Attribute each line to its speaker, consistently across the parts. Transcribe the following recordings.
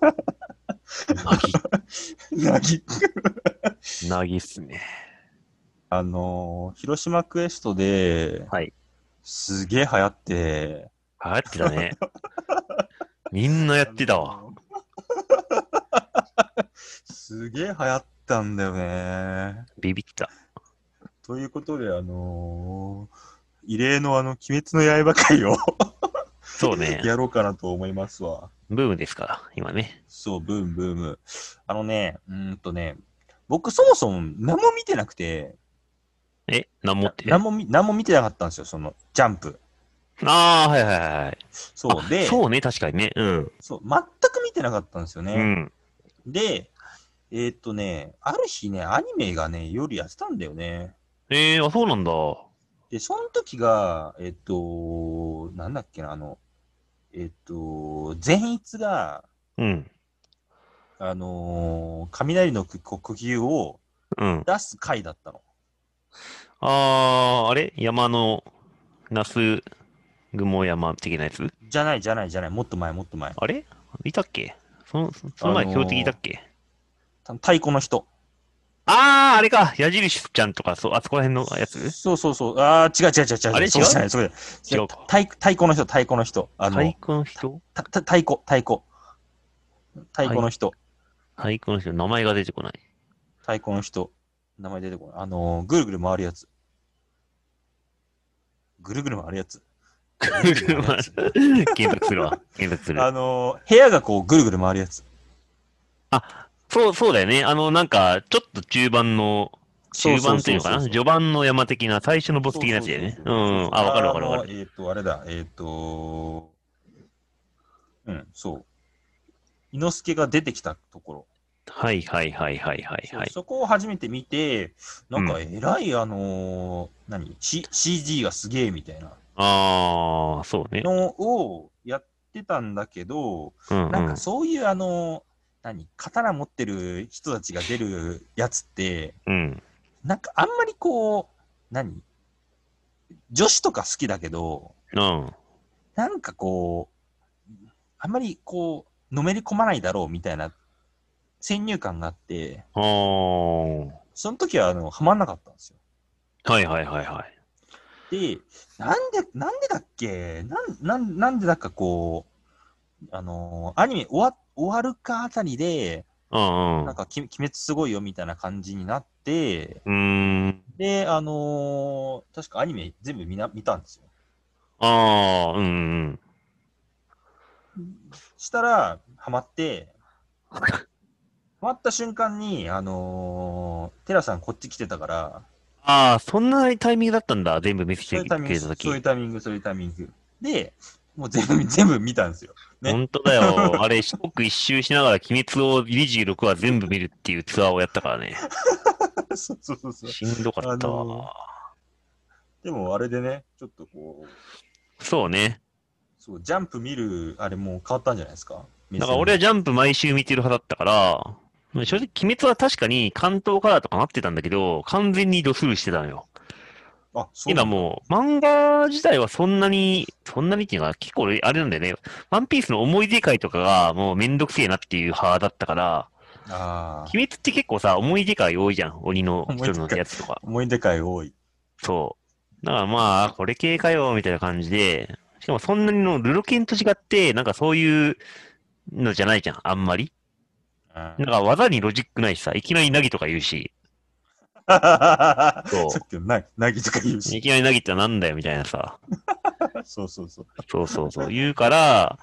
Speaker 1: なぎ、
Speaker 2: なぎ。
Speaker 1: なぎっすね。
Speaker 2: あのー広島クエストで、
Speaker 1: はい。
Speaker 2: すげえ流行って、
Speaker 1: 流行ってたね。みんなやってたわ。
Speaker 2: すげえ流行ったんだよね。
Speaker 1: ビビった。
Speaker 2: ということで、あのー異例のあの、鬼滅の刃会を
Speaker 1: そうね。
Speaker 2: やろうかなと思いますわ。
Speaker 1: ブームですから、今ね。
Speaker 2: そう、ブーム、ブーム。あのね、うーんとね、僕そもそも何も見てなくて、
Speaker 1: え、なんもって。
Speaker 2: 何も見何も見てなかったんですよ、その、ジャンプ。
Speaker 1: ああ、はいはいはいはい。
Speaker 2: そう、
Speaker 1: あ
Speaker 2: で、そう
Speaker 1: そうね、確かにね。うん。
Speaker 2: 全く見てなかったんですよね。
Speaker 1: うん。
Speaker 2: で、えーっとね、ある日ね、アニメがね、夜やってたんだよね。
Speaker 1: えー、あ、そうなんだ。
Speaker 2: で、その時が、えーっと、なんだっけな、あの、えーっと、善逸が、
Speaker 1: うん。
Speaker 2: あのー雷の呼呼吸を
Speaker 1: うん。
Speaker 2: 出す回だったの。
Speaker 1: あー、あれ山の、那須雲山的なやつ
Speaker 2: じゃない、じゃない、じゃない、もっと前、もっと前。
Speaker 1: あれいたっけその、そその前、
Speaker 2: あのー
Speaker 1: 強敵いたっけ
Speaker 2: た太鼓の人。
Speaker 1: あー、あれか矢印ちゃんとか、そう、あそこら辺のやつ
Speaker 2: そうそうそう。ああ、違う違う違う違う。
Speaker 1: あれ
Speaker 2: そうじゃない、そうじゃない。
Speaker 1: 違うか。
Speaker 2: 太鼓太鼓の人、太鼓の人。あ
Speaker 1: 太
Speaker 2: の、
Speaker 1: 鼓の人
Speaker 2: たた太鼓、太鼓。太鼓の人。
Speaker 1: 太鼓の人、名前が出てこない。
Speaker 2: 太鼓の人、名前出てこない。あのー、ぐるぐる回るやつ。ぐるぐる回るやつ。
Speaker 1: 検索するわ。検索する。
Speaker 2: あのー、部屋がこう、ぐるぐる回るやつ。
Speaker 1: そう、そうだよね。あの、なんか、ちょっと中盤の、
Speaker 2: そう
Speaker 1: 中
Speaker 2: そう
Speaker 1: 盤
Speaker 2: そう
Speaker 1: というのかな
Speaker 2: そう
Speaker 1: 序盤の山的な、最初のボス的なやつだよね。うん。あ、わかるわかるわか
Speaker 2: あ
Speaker 1: る。
Speaker 2: のえっ、と、あれだ、えっ、とうん、そう。猪之助が出てきたところ。
Speaker 1: はいはいはいはいはい
Speaker 2: そう
Speaker 1: はい。
Speaker 2: そこを初めて見て、なん
Speaker 1: う
Speaker 2: か、えらい、あのー何、C、CG がすげえみたいな
Speaker 1: あー、そうね。
Speaker 2: のをやってたんだけど、
Speaker 1: うんう
Speaker 2: なんか
Speaker 1: ん。
Speaker 2: そういうあの、何、刀持ってる人たちが出るやつって、
Speaker 1: うん。
Speaker 2: なんかあんまりこう、何女子とか好きだけど、
Speaker 1: うん。
Speaker 2: なんかこう、あんまりこう、のめり込まないだろうみたいな先入観があって、
Speaker 1: あー。
Speaker 2: その時はあの、はまんなかったんですよ。
Speaker 1: はいはいはいはい。
Speaker 2: で、なんで、なんでだっけなん、なん、なんでだかこう、あのアニメ終わ、終わるかあたりで、
Speaker 1: うんうん。
Speaker 2: な
Speaker 1: う
Speaker 2: んか、き鬼滅すごいよみたいな感じになって、
Speaker 1: ーん。
Speaker 2: で、あのー確かアニメ全部見な見たんですよ。
Speaker 1: あー、うんうん
Speaker 2: したら、ハマって、
Speaker 1: うん。
Speaker 2: ハマった瞬間に、あのーテラさんこっち来てたから、
Speaker 1: あー、そんなタイミングだったんだ。全部見せ
Speaker 2: そう
Speaker 1: てく
Speaker 2: いうタイミン
Speaker 1: れた
Speaker 2: グ、そういう
Speaker 1: 時。
Speaker 2: タイミング、そういうタイミング。で、もう全部、 全部見たんですよ。ね
Speaker 1: 本当だ よ。あれ、四国一周しながら、鬼滅を26話全部見るっていうツアーをやったから ね。
Speaker 2: そうそうそうそう。
Speaker 1: しんどかったわ。
Speaker 2: あのでも、あれでね、ちょっとこう、
Speaker 1: そうね。
Speaker 2: そう、ジャンプ見る、あれもう変わったんじゃないですか。
Speaker 1: だから俺は
Speaker 2: 目
Speaker 1: ジャンプ毎週見てる派だったから、まあ正直、鬼滅は確かに関東カラーとかなってたんだけど、完全にドスルーしてたのよ。
Speaker 2: 線が、あ、そうな
Speaker 1: 今
Speaker 2: んだ
Speaker 1: もう、漫画自体はそんなに、そんなにっていうのは結構俺あれなんだよね。ワンピースの思い出会とかがもうめんどくせえなっていう派だったから、
Speaker 2: あー
Speaker 1: 鬼滅って結構さ、思い出会多いじゃん。鬼の人のやつとか。
Speaker 2: 思い出会多い。
Speaker 1: そう。だからまあ、これ系かよ、みたいな感じで、しかもそんなにの、ルロケンと違って、なんかそういうのじゃないじゃん、あんまり。
Speaker 2: あ
Speaker 1: なん
Speaker 2: ー
Speaker 1: か技にロジックないしさ、いきなりなぎとか言うし、 そう
Speaker 2: さっきのな、なぎとか言う
Speaker 1: い
Speaker 2: し。
Speaker 1: きなりなぎってなんだよみたいなさ、
Speaker 2: そうそうそう。
Speaker 1: そうそうそう、言うから、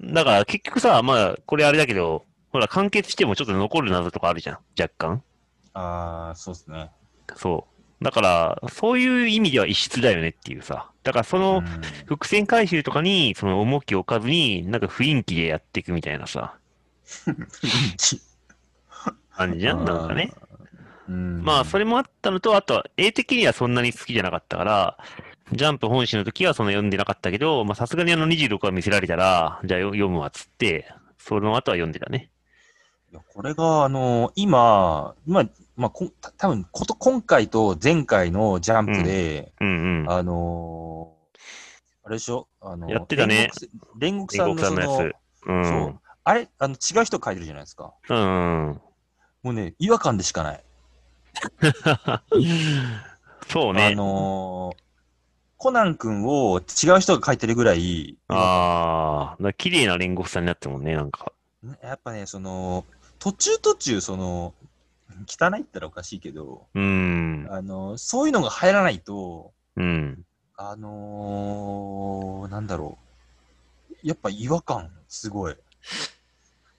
Speaker 1: だから結局さ、まあ、これあれだけど、ほら、完結してもちょっと残る謎とかあるじゃん、若干。
Speaker 2: ああ、そうっすね。
Speaker 1: そう。だから、そういう意味では異質だよねっていうさ。だから、そうの
Speaker 2: ん、
Speaker 1: 伏線回収とかに、その重きを置かずに、なんか雰囲気でやっていくみたいなさ、感じなんだろうかね。
Speaker 2: うん
Speaker 1: まあ、そ
Speaker 2: れ、
Speaker 1: れもあったのと、あとは、絵的にはそんなに好きじゃなかったから、ジャンプ本誌の時はその読んでなかったけど、まあ、さすがにあの26話見せられたら、じゃあよ読むわっつって、その後は読んでたね。
Speaker 2: いやこれが、あのー今、今、まあ、こんた多分こと今回と前回のジャンプで、
Speaker 1: うんうん。
Speaker 2: あのーあれでしょあのー
Speaker 1: やってたね
Speaker 2: 煉獄さん煉獄さんの
Speaker 1: 煉獄さんのやつ
Speaker 2: そ
Speaker 1: うん
Speaker 2: う。あれ、あの、違う人書いてるじゃないですか。
Speaker 1: うん。
Speaker 2: もうね、違和感でしかない。
Speaker 1: そうね。
Speaker 2: あのーコナン君を違う人が書いてるぐらい、
Speaker 1: ああ、だから綺麗な煉獄さんになってるもんね、なんか。
Speaker 2: ねやっぱね、その、途中途中、その、汚いったらおかしいけど、
Speaker 1: うん。
Speaker 2: あのーそういうのが入らないと、
Speaker 1: うん。
Speaker 2: あのー、なんだろう。やっぱ違和感、すごい。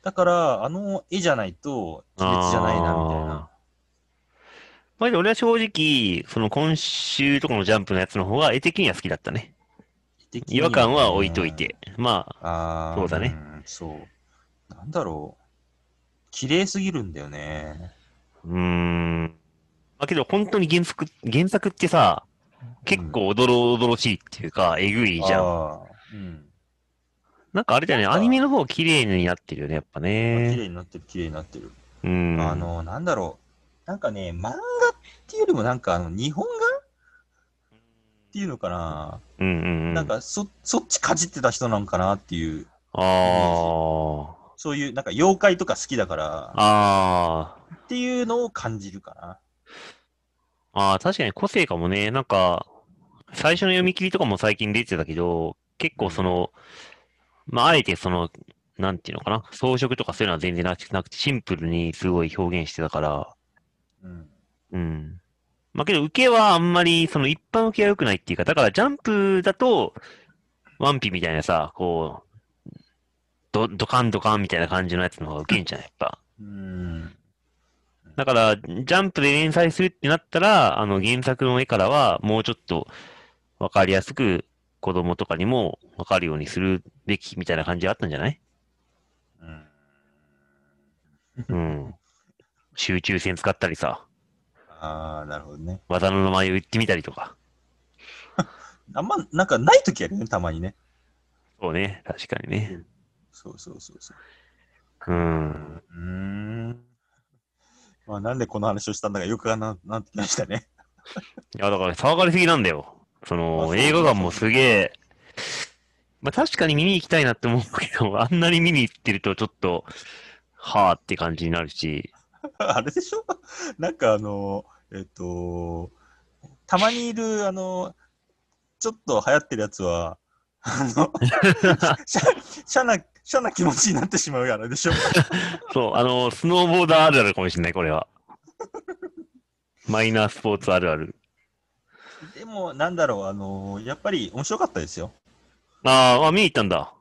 Speaker 2: だから、あの絵じゃないと、鬼滅じゃないな、みたいな。
Speaker 1: まあ、でも俺は正直、その今週とかのジャンプのやつの方が絵的には好きだったね。違和感は置いとい。て。ま
Speaker 2: ああ、
Speaker 1: そうだね
Speaker 2: んそう。なんだろう。綺麗すぎるんだよね。
Speaker 1: あ、うーん。まあけど本当に原作、原作ってさ、結構おどろおどろしいっていうか、えぐ
Speaker 2: い
Speaker 1: いじゃん。
Speaker 2: うん。
Speaker 1: なんかあれだよね、
Speaker 2: なんか
Speaker 1: アニメの方綺麗になってるよね、やっぱ
Speaker 2: 綺
Speaker 1: ね。
Speaker 2: 麗になってる、綺麗になってる。
Speaker 1: うん。
Speaker 2: あの、なんだろう。なんかね、漫画っていうよりもなんか、あの、日本画っていうのかな。
Speaker 1: うんうんうん。
Speaker 2: なんか、そ、そっちかじってた人なんかなっていう。
Speaker 1: ああ。
Speaker 2: そういう、なんか妖怪とか好きだから、
Speaker 1: ああ。
Speaker 2: っていうのを感じるかな。
Speaker 1: ああ、確かに個性かもね。なんか、最初の読み切りとかも最近出てたけど、結構その、まあ、あえてその、なんていうのかな、装飾とかそういうのは全然なくなくて、シンプルにすごい表現してたから、
Speaker 2: うん。
Speaker 1: うん。まあ、けど、受けはあんまり、その一般受けは良くないっていうか、だからジャンプだと、ワンピみたいなさ、こう、ド、ドカンドカンみたいな感じのやつの方が受けんじゃん、やっぱ。
Speaker 2: うん。
Speaker 1: だから、ジャンプで連載するってなったら、あの原作の絵からは、もうちょっとわかりやすく、子供とかにもわかるようにするべきみたいな感じがあったんじゃない
Speaker 2: うん。
Speaker 1: うん。集中線使ったりさ、
Speaker 2: ああ、なるほどね。
Speaker 1: 技の名前を言ってみたりとか。
Speaker 2: あんま、なんかないときあるよね、たまにね。
Speaker 1: そうね、確かにね。
Speaker 2: そうそうそうそう。
Speaker 1: うん。
Speaker 2: うーん。まあ、なんでこの話をしたんだかよくわからななってきましたね。
Speaker 1: いや、だから騒がれすぎなんだよ。そ
Speaker 2: あそ
Speaker 1: の、
Speaker 2: う
Speaker 1: 映画館もすげえ、まあ確かに見に行きたいなって思うけど、あんなに見に行ってるとちょっと、はぁって感じになるし、
Speaker 2: あれでしょなんかあの、えっと、たまにいる、あの、ちょっと流行ってるやつは、あ の、しゃ、しゃな、しゃな気持ちになってしまうやらでしょ
Speaker 1: そう、あの、スノーボーダーあるあるかもしれない、これは。マイナースポーツあるある。
Speaker 2: でも、なんだろう、あのーやっぱり面白かったですよ。
Speaker 1: あーあ、見に行ったんだ。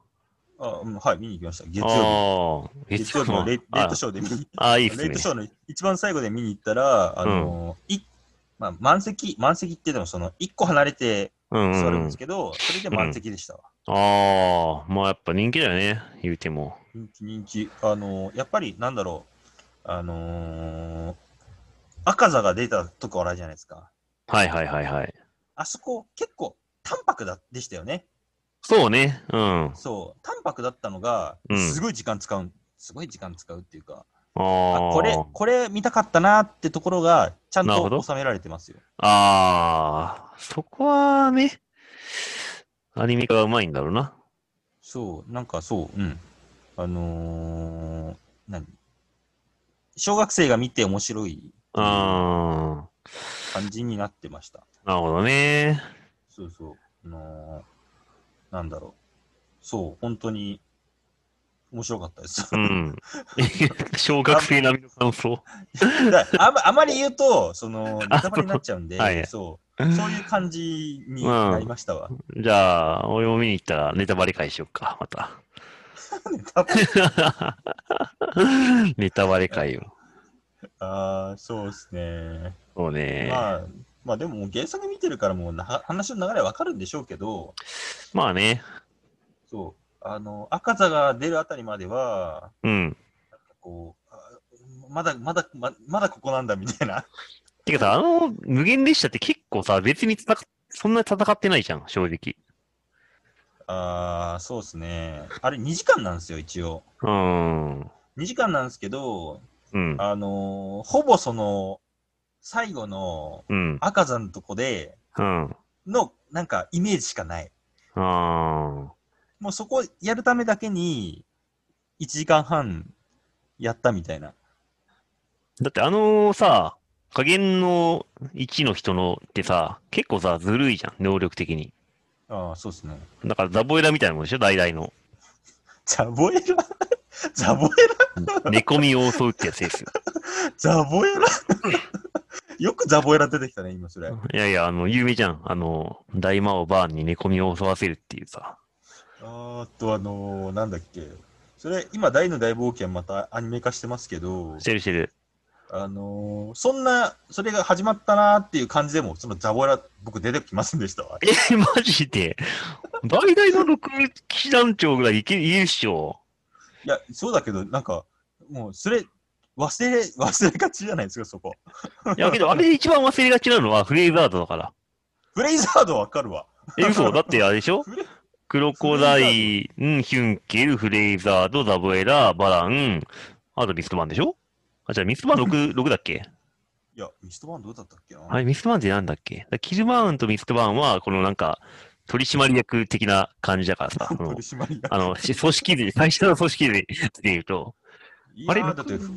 Speaker 2: あうん、はい、見に行きました。月
Speaker 1: あ
Speaker 2: 曜
Speaker 1: あー、
Speaker 2: 日。月曜日のレイレ
Speaker 1: あ
Speaker 2: イトショーで見に、
Speaker 1: あー、いいっ
Speaker 2: レ
Speaker 1: す
Speaker 2: イトシ
Speaker 1: ね。
Speaker 2: ョーの一番最後で見に行ったら、あのーいまあ、満席、満席って言っても、その、一個離れて
Speaker 1: うん、
Speaker 2: 座る
Speaker 1: う
Speaker 2: ん
Speaker 1: ん
Speaker 2: です。けど、それで満席でしたわ。
Speaker 1: ああ、まあやっぱ人気だよね、言うても。
Speaker 2: 人気、人気。あのーやっぱり、なんだろう、あのー赤座が出たとこあるじゃないですか。
Speaker 1: はいはいはいはい。
Speaker 2: あそこ、結構、淡白だでしたよね。
Speaker 1: そうね、うん。あ
Speaker 2: そう、淡白だったのが
Speaker 1: う、ん
Speaker 2: すごい時間使う、すごい時間使うっていうか、あ
Speaker 1: あ、
Speaker 2: これ、これ見たかったなってところが、ちゃん
Speaker 1: なるほど
Speaker 2: と収められてますよ。
Speaker 1: ああ、そこはね、アニメ化がうまいんだろうな。
Speaker 2: そう、なんかそう、うん。あのー、何小学生が見て面白い感
Speaker 1: あ
Speaker 2: じになってました。
Speaker 1: あ、なるほどね。
Speaker 2: そうそう。あのー、なんだろう。そう、本当に面白かったです。
Speaker 1: うん。 小学生並みの感想。
Speaker 2: だからあまあまり言うと、その、ネタバレになっちゃうん
Speaker 1: あ
Speaker 2: で、
Speaker 1: そうはい
Speaker 2: そう、そういう感じになりましたわ。
Speaker 1: じゃあ、俺も見に行ったらネタバレ会しよっか、ま た。
Speaker 2: ネタバレ
Speaker 1: ネタバレ会を。
Speaker 2: ああ、そうですね。
Speaker 1: そうね。
Speaker 2: まあ、まあでももう原作見てるからもうな話の流れわかるんでしょうけど、
Speaker 1: まあね。
Speaker 2: そう、あの、赤座が出るあたりまでは、
Speaker 1: うん。
Speaker 2: こう、あまだまだままだここなんだみたいな。
Speaker 1: てかさ、あの、無限列車って結構さ、別に戦っ、そんな戦ってないじゃん、正直。
Speaker 2: ああ、そうですね。あれ2時間なんですよ、一応。
Speaker 1: うーん。
Speaker 2: 2時間なんですけど、
Speaker 1: うん。
Speaker 2: あのーほぼその、最後の
Speaker 1: うん。
Speaker 2: 赤座のとこで
Speaker 1: うん。
Speaker 2: の、なんかイメージしかない。
Speaker 1: あ
Speaker 2: もうそこやるためだけに、 1時間半やったみたいな。
Speaker 1: だってあのさ、加減の1の人のってさ、結構さ、ずるいじゃん、能力的に。
Speaker 2: ああ、そうですね。
Speaker 1: だからザボエラみたいなもんでしょ、大々の。
Speaker 2: ザボエラ ザボエ
Speaker 1: 寝込みを襲うってやつですよ。
Speaker 2: ラザボエラ よくザボエラ出てきたね、今それ。
Speaker 1: いやいや、あの、有名じゃん。あの、大魔王バーンに寝込みを襲わせるっていうさ。
Speaker 2: あーっと、あのー、なんだっけ。それ、今、大の大冒険またアニメ化してますけど
Speaker 1: し、てるしてる。
Speaker 2: あのー、そんな、それが始まったなーっていう感じでも、そのザボエラ、僕出てきませんでしたわ。
Speaker 1: え、マジで大々の6騎士団長ぐらいいける、いるっしょ。
Speaker 2: いや、そうだけど、なんか、もう、それ、忘れ、 忘れがちじゃないですか、そこ。
Speaker 1: いや、けど、あれで一番忘れがちなのはフレイザードだから。
Speaker 2: フレイザードわかるわ。
Speaker 1: え、嘘だってあれでしょ
Speaker 2: フレ
Speaker 1: クロコダイン、ヒュンケル、フレイザード、ザブエラ、バラン、あとミストマンでしょあ、じゃあミストマン 6, 6だっけ
Speaker 2: いや、ミストバーンどうだったっけな。
Speaker 1: あれ、ミストマンってなんだっけだからキルマウンとミストマンは、このなんか、取締役的な感じだからさ、そ
Speaker 2: 取
Speaker 1: の
Speaker 2: 締りが。
Speaker 1: あの、し組織図、 最初の組織図で言うと、
Speaker 2: い
Speaker 1: あれ
Speaker 2: やー、だって、ふ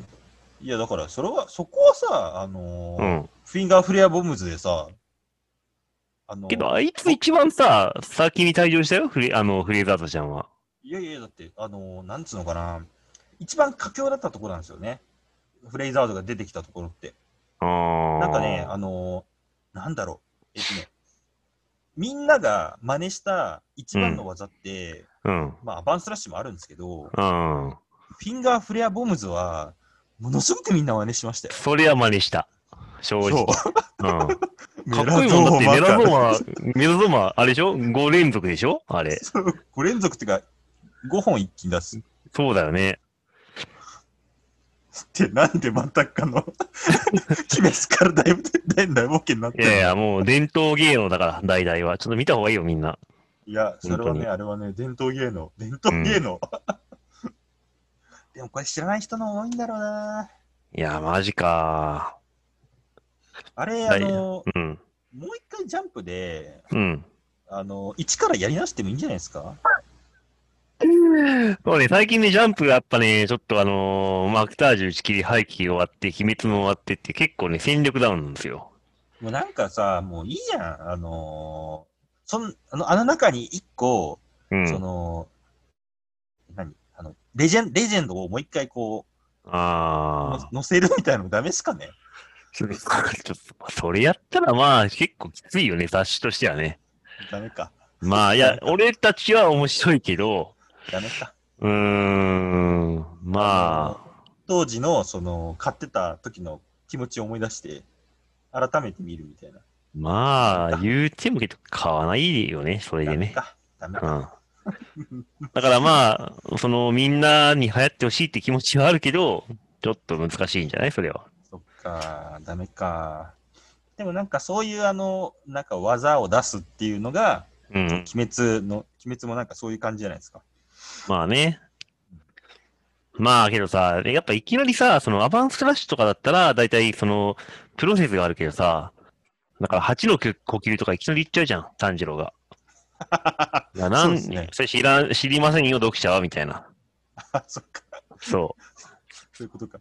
Speaker 2: いや、だから、それは、そこはさ、あの
Speaker 1: う
Speaker 2: ー
Speaker 1: ん。
Speaker 2: フィンガーフレアボムズでさ、あのー
Speaker 1: けど、あいつ一番さ、先に退場したよ、フレあのフレイザードちゃんは。
Speaker 2: いやいや、だって、あのーなんつうのかな、一番佳境だったところなんですよね。フレイザードが出てきたところって。
Speaker 1: あー
Speaker 2: なんかね、あのーなんだろう、えっとね、みんなが真似した一番の技って、
Speaker 1: うん。
Speaker 2: まあ、アバンスラッシュもあるんですけど、
Speaker 1: うん。
Speaker 2: フィンガーフレアボムズは、ものすごくみんな真似しましたよ。
Speaker 1: それは真似した。正直。
Speaker 2: そう
Speaker 1: うん。
Speaker 2: メ
Speaker 1: かっ
Speaker 2: ラ
Speaker 1: こいいもんだって、メラゾー
Speaker 2: ゾー
Speaker 1: ン
Speaker 2: マ
Speaker 1: は、メラゾーンは、あれでしょ ?5 連続でしょあれ。
Speaker 2: そう5連続っていうか、5本一気に出す。
Speaker 1: そうだよね。
Speaker 2: って、なんでまたかの、鬼滅からだいぶ、だいぶ大冒険になって
Speaker 1: い
Speaker 2: る
Speaker 1: やいや、もう伝統芸能だから、代々は。ちょっと見た方がいいよ、みんな。
Speaker 2: いや、それは
Speaker 1: 本当に
Speaker 2: ね、あれはね、伝統芸能。伝統芸能。 でもこれ知らない人の多いんだろうない
Speaker 1: や、マジか
Speaker 2: あれ、
Speaker 1: は
Speaker 2: あ
Speaker 1: い
Speaker 2: の、
Speaker 1: ー。うん。
Speaker 2: もう一回ジャンプで、
Speaker 1: うん。
Speaker 2: あの、一からやり直してもいいんじゃないですか
Speaker 1: そうね、最近ね、ジャンプがやっぱね、ちょっとあのー、マクタージュ打ち切り、廃棄終わって、鬼滅も終わってって、結構ね、戦力ダウンなんですよ。
Speaker 2: もうなんかさ、もういいじゃん。あのそん、あの、あの中に一個、
Speaker 1: うん。
Speaker 2: その、何あの、レジェン、レジェンドをもう一回こう、
Speaker 1: ああ
Speaker 2: の。乗せるみたいなのダメっすかね
Speaker 1: ちょっと、それやったらまあ、結構きついよね、雑誌としてはね。
Speaker 2: ダメか。
Speaker 1: まあ、いや、俺たちは面白いけど、
Speaker 2: ダメか。
Speaker 1: うーん、まあ、
Speaker 2: 当時のその買ってた時の気持ちを思い出して改めて見るみたいな。
Speaker 1: まあ、言うてもけど、買わないよね、それ
Speaker 2: ダ
Speaker 1: で
Speaker 2: メ
Speaker 1: ね。
Speaker 2: か。ダメ
Speaker 1: う
Speaker 2: か。
Speaker 1: ん。だからまあ、その、みんなに流行ってほしいって気持ちはあるけど、ちょっと難しいんじゃないそれは。
Speaker 2: そっか。ダメか。でもなんかそういうあの、なんか技を出すっていうのが、
Speaker 1: うん。
Speaker 2: 鬼滅の、鬼滅もなんかそういう感じじゃないですか。
Speaker 1: まあね。まあ、けどさ、やっぱいきなりさ、その、アバンスクラッシュとかだったら、だいたいその、プロセスがあるけどさ、だから8の呼吸とかいきなり言っちゃうじゃん、炭治郎が。いや、な、
Speaker 2: そうんですね
Speaker 1: それ知らん、知りませんよ、読者は、みたいな。
Speaker 2: あそっか。
Speaker 1: そう。
Speaker 2: そういうことか。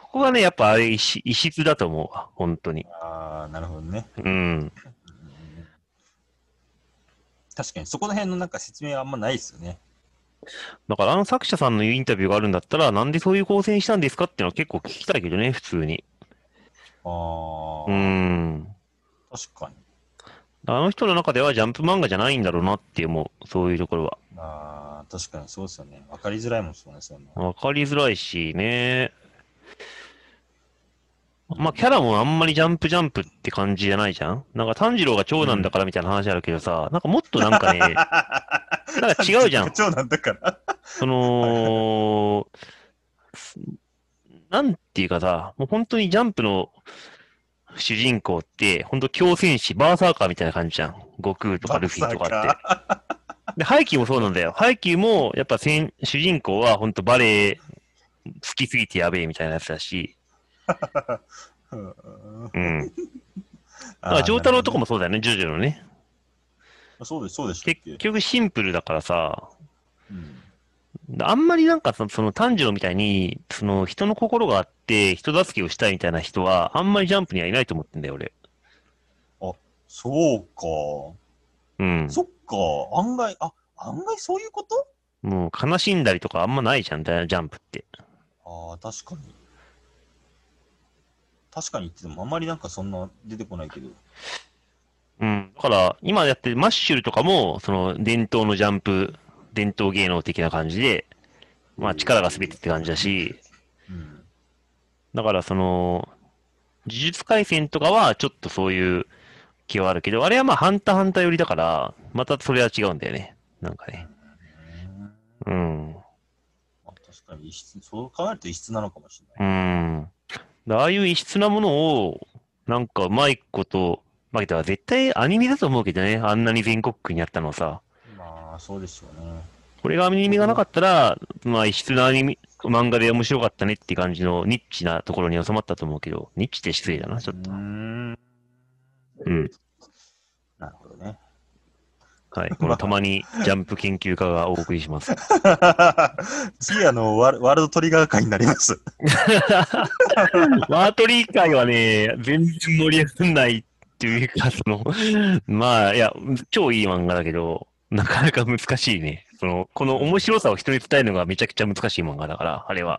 Speaker 1: ここがね、やっぱあれ異質、異質だと思うわ、本当に。
Speaker 2: ああ、なるほどね。
Speaker 1: うん。
Speaker 2: うん確かにそこら辺のなんか説明はあんまないですよね。
Speaker 1: だからあの作者さんのインタビューがあるんだったら、なんでそういう構成にしたんですかっていうのは結構聞きたいけどね、普通に。
Speaker 2: ああ、
Speaker 1: うん。
Speaker 2: 確かに。
Speaker 1: あの人の中ではジャンプ漫画じゃないんだろうなって思う、そういうところは。
Speaker 2: ああ、確かにそうですよね。わかりづらいもんですもんね、そんな。
Speaker 1: わかりづらいしね。まあ、キャラもあんまりジャンプジャンプって感じじゃないじゃんなんか炭治郎が長男だからみたいな話あるけどさ、なんかもっとなんかね、なんか違うじゃん。
Speaker 2: 長男だから。
Speaker 1: その、なんていうかさ、もう本当にジャンプの主人公って、本当強戦士、バーサーカーみたいな感じじゃん。悟空とかルフィとかって。
Speaker 2: っ
Speaker 1: で、ハイキューもそうなんだよ。ハイキューも、やっぱ戦主人公は本当バレエ好きすぎてやべえみたいなやつだし、
Speaker 2: て。
Speaker 1: うん。だから、丈太郎とか
Speaker 2: も。
Speaker 1: もそうだよね、ジョジョのね。
Speaker 2: そうです、そうでしたっ
Speaker 1: 結
Speaker 2: け。
Speaker 1: 局シンプルだからさ、
Speaker 2: うん
Speaker 1: あんまりなんかその、その炭治郎みたいに、その人の心があって人助けをしたいみたいな人は、あんまりジャンプにはいないと思ってんだよ、俺。
Speaker 2: そうか。
Speaker 1: うん。
Speaker 2: そっか。案外、あ、案外そういうこと
Speaker 1: もう悲しんだりとかあんまないじゃん、ジャンプって。
Speaker 2: ああ、確かに。確かにって言っても、あんまりなんかそんな出てこないけど。
Speaker 1: うん。だから、今やってるマッシュルとかも、その伝統のジャンプ、伝統芸能的な感じで、まあ力が全てって感じだし、
Speaker 2: うん。
Speaker 1: だからその、呪術廻戦とかはちょっとそういう気はあるけど、あれはまあハンターハンター寄りだから、またそれは違うんだよね。なんかね。う
Speaker 2: うん
Speaker 1: ん。
Speaker 2: まあ、確かに異質、そう考えると異質なのかもしれない。
Speaker 1: うん。だああいう異質なものを、なんかうまいこと、まあ、だから絶対アニメだと思うけどね、あんなに全国区にあったのはさ。
Speaker 2: まあ、そうでしょうね。
Speaker 1: これがアニメがなかったら、まあ、異質なアニメ、漫画で面白かったねって感じのニッチなところに収まったと思うけど、ニッチって失礼だな、ちょっと
Speaker 2: うー。ん。
Speaker 1: うん。
Speaker 2: なるほどね。
Speaker 1: はい。このたまにジャンプ研究家がお送りします。
Speaker 2: 次、あのワ、ワールドトリガー会になります。
Speaker 1: ワートリー会はね、全然盛り上がんないっていうか、その、まあ、いや、超いい漫画だけど、なかなか難しいね。その、この面白さを人に伝えるのがめちゃくちゃ難しい漫画だから、あれは。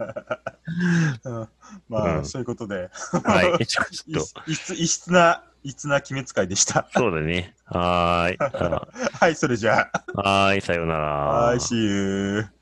Speaker 2: うんまあ、
Speaker 1: うん
Speaker 2: そういうことで、
Speaker 1: はい。ちょっ
Speaker 2: い
Speaker 1: と、
Speaker 2: 異質異質な、異質な鬼滅会でした。
Speaker 1: そうだね。はーい。あ
Speaker 2: はい、それじゃ
Speaker 1: はーい、さようなら。
Speaker 2: あ。はい、See you.